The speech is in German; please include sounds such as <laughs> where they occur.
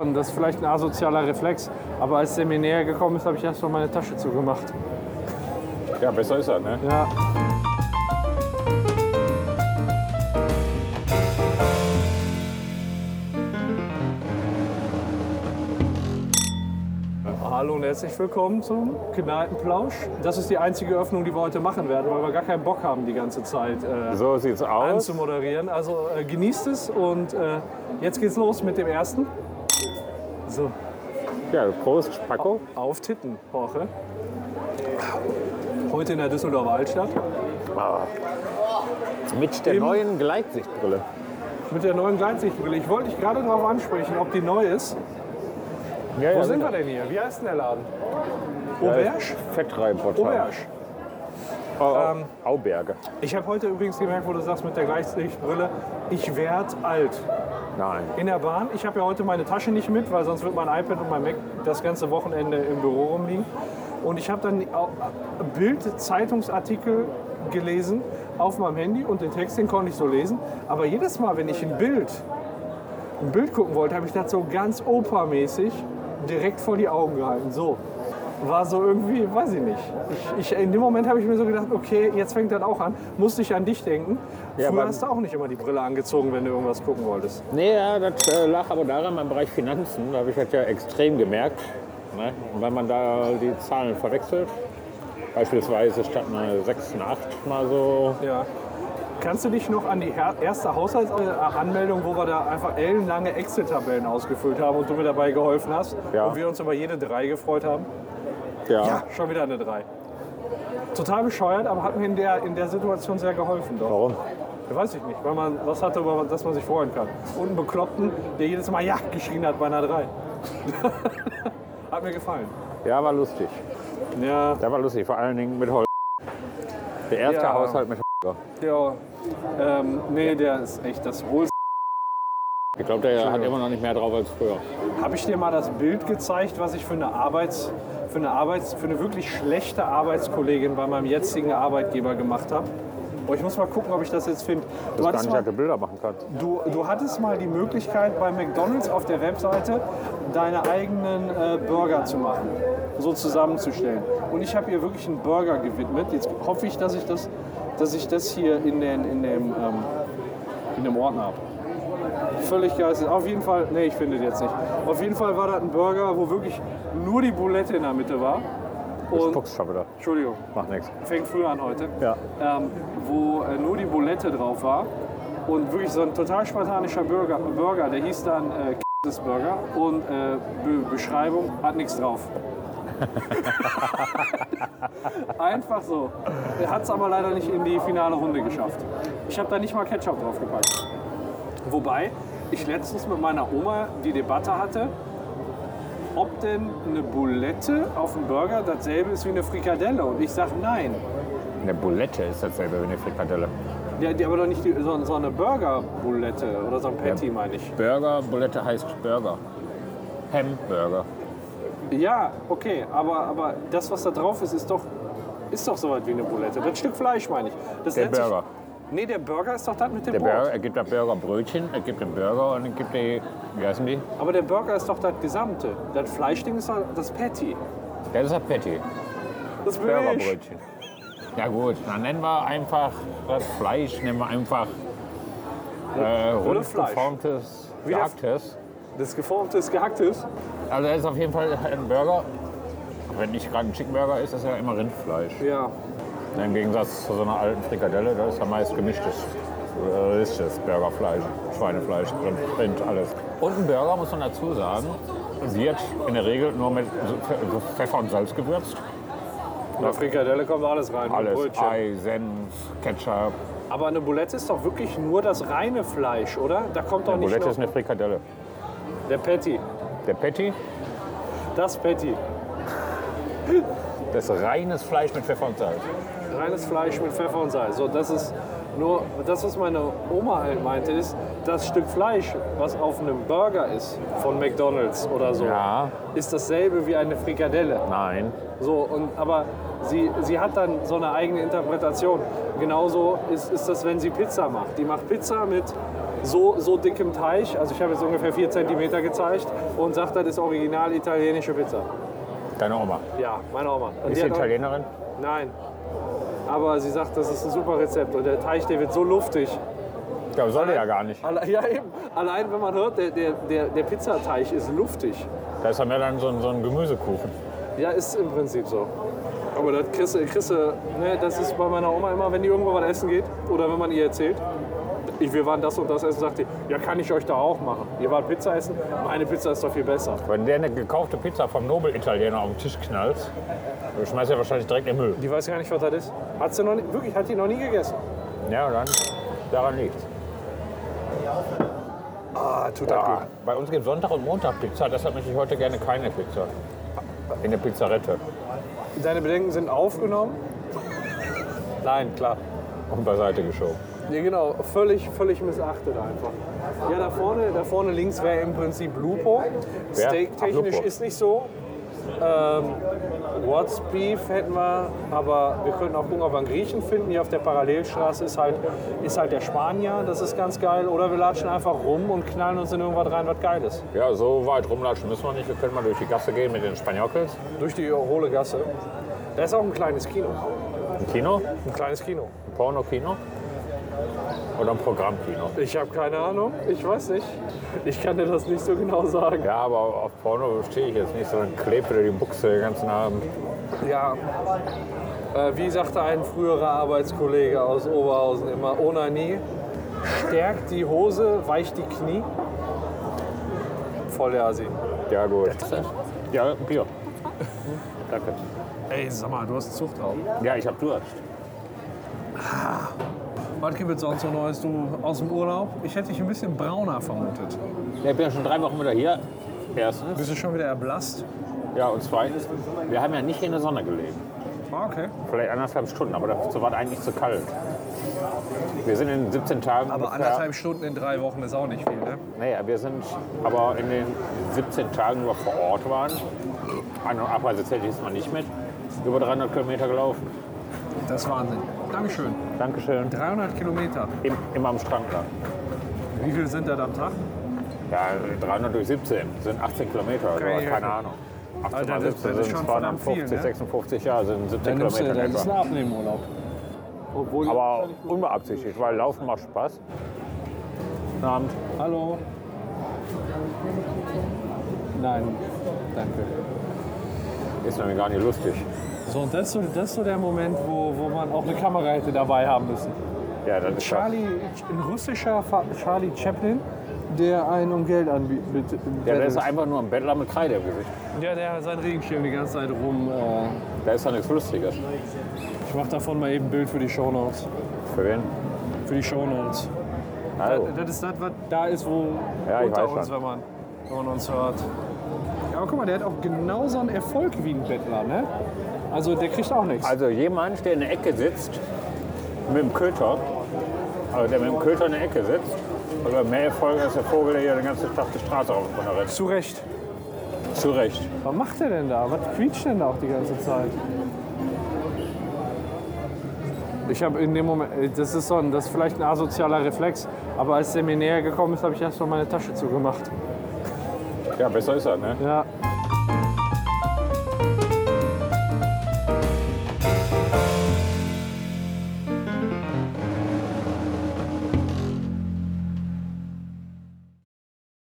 Und das ist vielleicht ein asozialer Reflex, aber als der mir näher gekommen ist, habe ich erst mal meine Tasche zugemacht. Ja, besser ist er, ne? Ja. Hallo und herzlich willkommen zum Kneipenplausch. Das ist die einzige Öffnung, die wir heute machen werden, weil wir gar keinen Bock haben, die ganze Zeit äh, So sieht's aus. anzumoderieren. Also äh, genießt es und äh, jetzt geht's los mit dem ersten. So, Ja, Prost, Paco. auf Tippen, Jorge. Heute in der Düsseldorfer Altstadt. Mit der Im- neuen Gleitsichtbrille. Mit der neuen Gleitsichtbrille. Ich wollte dich gerade darauf ansprechen, ob die neu ist. Ja, genau. Wo sind wir denn hier? Wie heißt denn der Laden? Auberge? Fettreimportal. Auberge. ähm. Oh, oh, Auberge. Ich habe heute übrigens gemerkt, wo du sagst mit der Gleitsichtbrille, ich werd alt. Nein. In der Bahn, ich habe ja heute meine Tasche nicht mit, weil sonst wird mein iPad und mein Mac das ganze Wochenende im Büro rumliegen. Und ich habe dann auch Bild-Zeitungsartikel gelesen auf meinem Handy und den Text, den konnte ich so lesen. Aber jedes Mal, wenn ich ein Bild, ein Bild gucken wollte, habe ich das so ganz opermäßig direkt vor die Augen gehalten. So. War so irgendwie, weiß ich nicht. Ich, ich, in dem Moment habe ich mir so gedacht, okay, jetzt fängt das auch an. Musste ich an dich denken. Ja, Früher aber- hast du auch nicht immer die Brille angezogen, wenn du irgendwas gucken wolltest. Nee, ja, das äh, lag aber daran, im Bereich Finanzen, da habe ich das ja extrem gemerkt. Ne? Und wenn man da die Zahlen verwechselt, beispielsweise statt einer 6 eine 8 mal so. Ja. Kannst du dich noch an die her- erste Haushaltsanmeldung, wo wir da einfach ellenlange Excel-Tabellen ausgefüllt haben und du mir dabei geholfen hast Ja. und wir uns über jede drei gefreut haben? Ja. Schon wieder eine drei. Total bescheuert, aber hat mir in der, in der Situation sehr geholfen. Doch. Warum? Weiß ich nicht, weil man was hatte, über das man sich freuen kann. Und einen Bekloppten, der jedes Mal Ja geschrien hat bei einer drei. <laughs> hat mir gefallen. Ja, war lustig. Ja, Ja, war lustig, vor allen Dingen mit Holger. Der erste Ja. Haushalt mit Holger. ja. Ähm, nee, der ist echt das Wohl. Ich glaube, der hat immer noch nicht mehr drauf als früher. Habe ich dir mal das Bild gezeigt, was ich für eine Arbeits für eine Arbeits für eine wirklich schlechte Arbeitskollegin bei meinem jetzigen Arbeitgeber gemacht habe? Oh, ich muss mal gucken, ob ich das jetzt finde. Du, Das gar hattest nicht, dass du mal- Bilder machen kannst. du, du hattest mal die Möglichkeit, bei McDonalds auf der Webseite deine eigenen äh, Burger zu machen, so zusammenzustellen. Und ich habe ihr wirklich einen Burger gewidmet. Jetzt hoffe ich, dass ich das, dass ich das hier in, den, in, dem, ähm, in dem Ordner habe. Völlig geistig. Auf jeden Fall, nee, ich finde das jetzt nicht. Auf jeden Fall war das ein Burger, wo wirklich nur die Boulette in der Mitte war. Du Und, spuckst schon wieder. Entschuldigung, Macht nichts. fängt früh an heute. Ja. Ähm, wo äh, nur die Boulette drauf war. Und wirklich so ein total spartanischer Burger, Burger der hieß dann äh, das Burger. Und äh, Be Beschreibung hat nichts drauf. Einfach so. Hat es aber leider nicht in die finale Runde geschafft. Ich habe da nicht mal Ketchup draufgepackt. Wobei ich letztens mit meiner Oma die Debatte hatte, ob denn eine Boulette auf dem Burger dasselbe ist wie eine Frikadelle. Und ich sage nein. Eine Bulette ist dasselbe wie eine Frikadelle. Ja, die aber doch nicht die, so, so eine Burger-Boulette oder so ein Patty, meine ich. Burger, Bulette heißt Burger. Hamburger. Ja, okay, aber, aber das, was da drauf ist, ist doch, ist doch so weit wie eine Boulette. Das Stück Fleisch, meine ich. Das Der nennt sich- Burger. Nee, der Burger ist doch das mit dem Der Brot. Burger, er gibt das Burgerbrötchen, er gibt den Burger und er gibt die, wie heißen die? Aber der Burger ist doch das Gesamte. Das Fleischding ist doch das Patty. Das ist ein Patty, Das will ich. Burgerbrötchen. Ja gut, dann nennen wir einfach das Fleisch, nennen wir einfach äh, rund Fleisch. geformtes, Wie das- gehacktes. Das geformte ist gehacktes. Also das ist auf jeden Fall ein Burger. Wenn nicht gerade ein Chicken Burger ist, ist ja immer Rindfleisch. Ja. Im Gegensatz zu so einer alten Frikadelle, da ist ja meist gemischtes, äh, richtiges Burgerfleisch, Schweinefleisch, Rind, Rind, alles. Und ein Burger, muss man dazu sagen, wird in der Regel nur mit so Pfeffer und Salz gewürzt. Eine Frikadelle kommt alles rein. Alles, Brötchen. Ei, Senf, Ketchup. Aber eine Boulette ist doch wirklich nur das reine Fleisch, oder? Da kommt doch nicht Bulette noch ist eine Frikadelle. der Patty. Der Patty, Das Patty. das ist reines Fleisch mit Pfeffer und Salz. Reines Fleisch mit Pfeffer und Salz. So, das ist nur das, was meine Oma halt meinte, ist das Stück Fleisch, was auf einem Burger ist von McDonald's oder so, Ja, ist dasselbe wie eine Frikadelle. nein. So und aber sie, sie hat dann so eine eigene Interpretation. Genauso ist, ist das, wenn sie Pizza macht. Die macht Pizza mit so, so dickem Teig, also ich habe jetzt ungefähr 4 cm gezeigt, und sagt, das ist original italienische Pizza. Deine Oma. Ja, meine Oma. Und Ist die sie hat auch- Italienerin? Nein. Aber sie sagt, das ist ein super Rezept und der Teig, der wird so luftig. Ja, soll die ja gar nicht. Alle, ja, eben. Allein, wenn man hört, der, der, der, der Pizzateig ist luftig. Da ist ja mehr dann so ein, so ein Gemüsekuchen. Ja, ist im Prinzip so. Aber das kriegst, du- kriegst, du- ne, das ist bei meiner Oma immer, wenn die irgendwo was essen geht oder wenn man ihr erzählt, ich, wir waren das und das essen, sagt die, ja, kann ich euch da auch machen. Ihr wart Pizza essen, meine Pizza ist doch viel besser. Wenn der eine gekaufte Pizza vom Nobel-Italiener auf den Tisch knallt, dann schmeißt er wahrscheinlich direkt in den Müll. Die weiß gar nicht, was das ist. Hat sie noch nie, wirklich, hat die noch nie gegessen. Ja, dann daran liegt. Ah, tut Ja, bei uns gibt Sonntag und Montag Pizza, deshalb möchte ich heute gerne keine Pizza. In der Pizzarette. gut. Deine Bedenken sind aufgenommen? Nein, klar. Und beiseite geschoben. Ja, genau, völlig, völlig missachtet einfach. Ja, da vorne, da vorne links wäre im Prinzip Lupo. Wer? Steak-technisch Ach, Lupo. ist nicht so. Ähm, What's Beef hätten wir, aber wir könnten auch gucken, ob wir einen Griechen finden. Hier auf der Parallelstraße ist halt, ist halt der Spanier, das ist ganz geil. Oder wir latschen einfach rum und knallen uns in irgendwas rein, was geil ist. Ja, so weit rumlatschen müssen wir nicht. Wir können mal durch die Gasse gehen mit den Spaniokels. Durch die hohle Gasse. Da ist auch ein kleines Kino. Ein Kino, Ein kleines Kino. ein Porno-Kino oder ein Programmkino. Ich habe keine Ahnung, ich weiß nicht. Ich kann dir das nicht so genau sagen. Ja, aber auf Porno stehe ich jetzt nicht, sondern klebe dir die Buchse den ganzen Abend. Ja. Äh, wie sagte ein früherer Arbeitskollege aus Oberhausen immer, Onanie stärkt die Hose, weicht die Knie. Voll der Asi. Ja, gut. Ja, Bier. Danke. Ey, sag mal, du hast Zucht drauf. Ja, ich habe Durst. Was gibt es sonst so Neues du aus dem Urlaub? Ich hätte dich ein bisschen brauner vermutet. Ja, ich bin ja schon drei Wochen wieder hier. Erstens. Bist du schon wieder erblasst? Ja, und zweitens, wir haben ja nicht in der Sonne gelegen. Ah, okay. Vielleicht anderthalb Stunden, aber dazu war es eigentlich zu kalt. Wir sind in 17 Tagen. Aber ungefähr- anderthalb Stunden in drei Wochen ist auch nicht viel, ne? Nee, wir sind aber in den 17 Tagen, wo wir vor Ort waren, an und Abreise zählt jetzt mal nicht mit, über 300 Kilometer gelaufen. Das ist Wahnsinn. Dankeschön. Dankeschön. 300 Kilometer. Im, immer am Strand lang. Wie viel sind das am Tag? Ja, 300 durch 17 sind 18 Kilometer, also Okay, keine ja. Ahnung. 18 Alter, mal das- 17 das Also ist sind schon verdammt 250, viel, ne? 56, ja, sind 17 Dann nimmst du, Kilometer in das ist ein etwa. Abnehmurlaub. Obwohl Aber unbeabsichtigt, weil Laufen macht Spaß. Guten Abend. Hallo. Nein, danke. Ist nämlich gar nicht lustig. So, und das ist so, das ist so der Moment, wo, wo man auch eine Kamera hätte dabei haben müssen. Ja, das ist Charlie, ein russischer Fa Charlie Chaplin, der einen um Geld anbietet. Ja, der ist einfach nur ein Bettler mit Kreide im Gesicht. der, der seinen Regenschirm die ganze Zeit rum. Äh, Da ist doch nichts Lustiges. ich mach davon mal eben ein Bild für die Shownotes. Für wen? Für die Shownotes. Hallo. Äh, Das ist das, was da ist, wo Ja, ich unter weiß uns, schon. wenn man, wenn man uns hört. Ja, aber guck mal, der hat auch genau so einen Erfolg wie ein Bettler, ne? Also der kriegt auch nichts. Also jemand, der in der Ecke sitzt, mit dem Köter, also der mit dem Köter in der Ecke sitzt, oder mehr Erfolg als der Vogel, der hier den ganzen Tag die Straße rauf und runter rennt. Zu Recht. Zu Recht. Was macht er denn da? Was quietscht denn da auch die ganze Zeit? Ich habe in dem Moment, äh, das ist so ein, das ist vielleicht ein asozialer Reflex, aber als der mir näher gekommen ist, habe ich erst mal meine Tasche zugemacht. Ja, besser ist er, ne? Ja.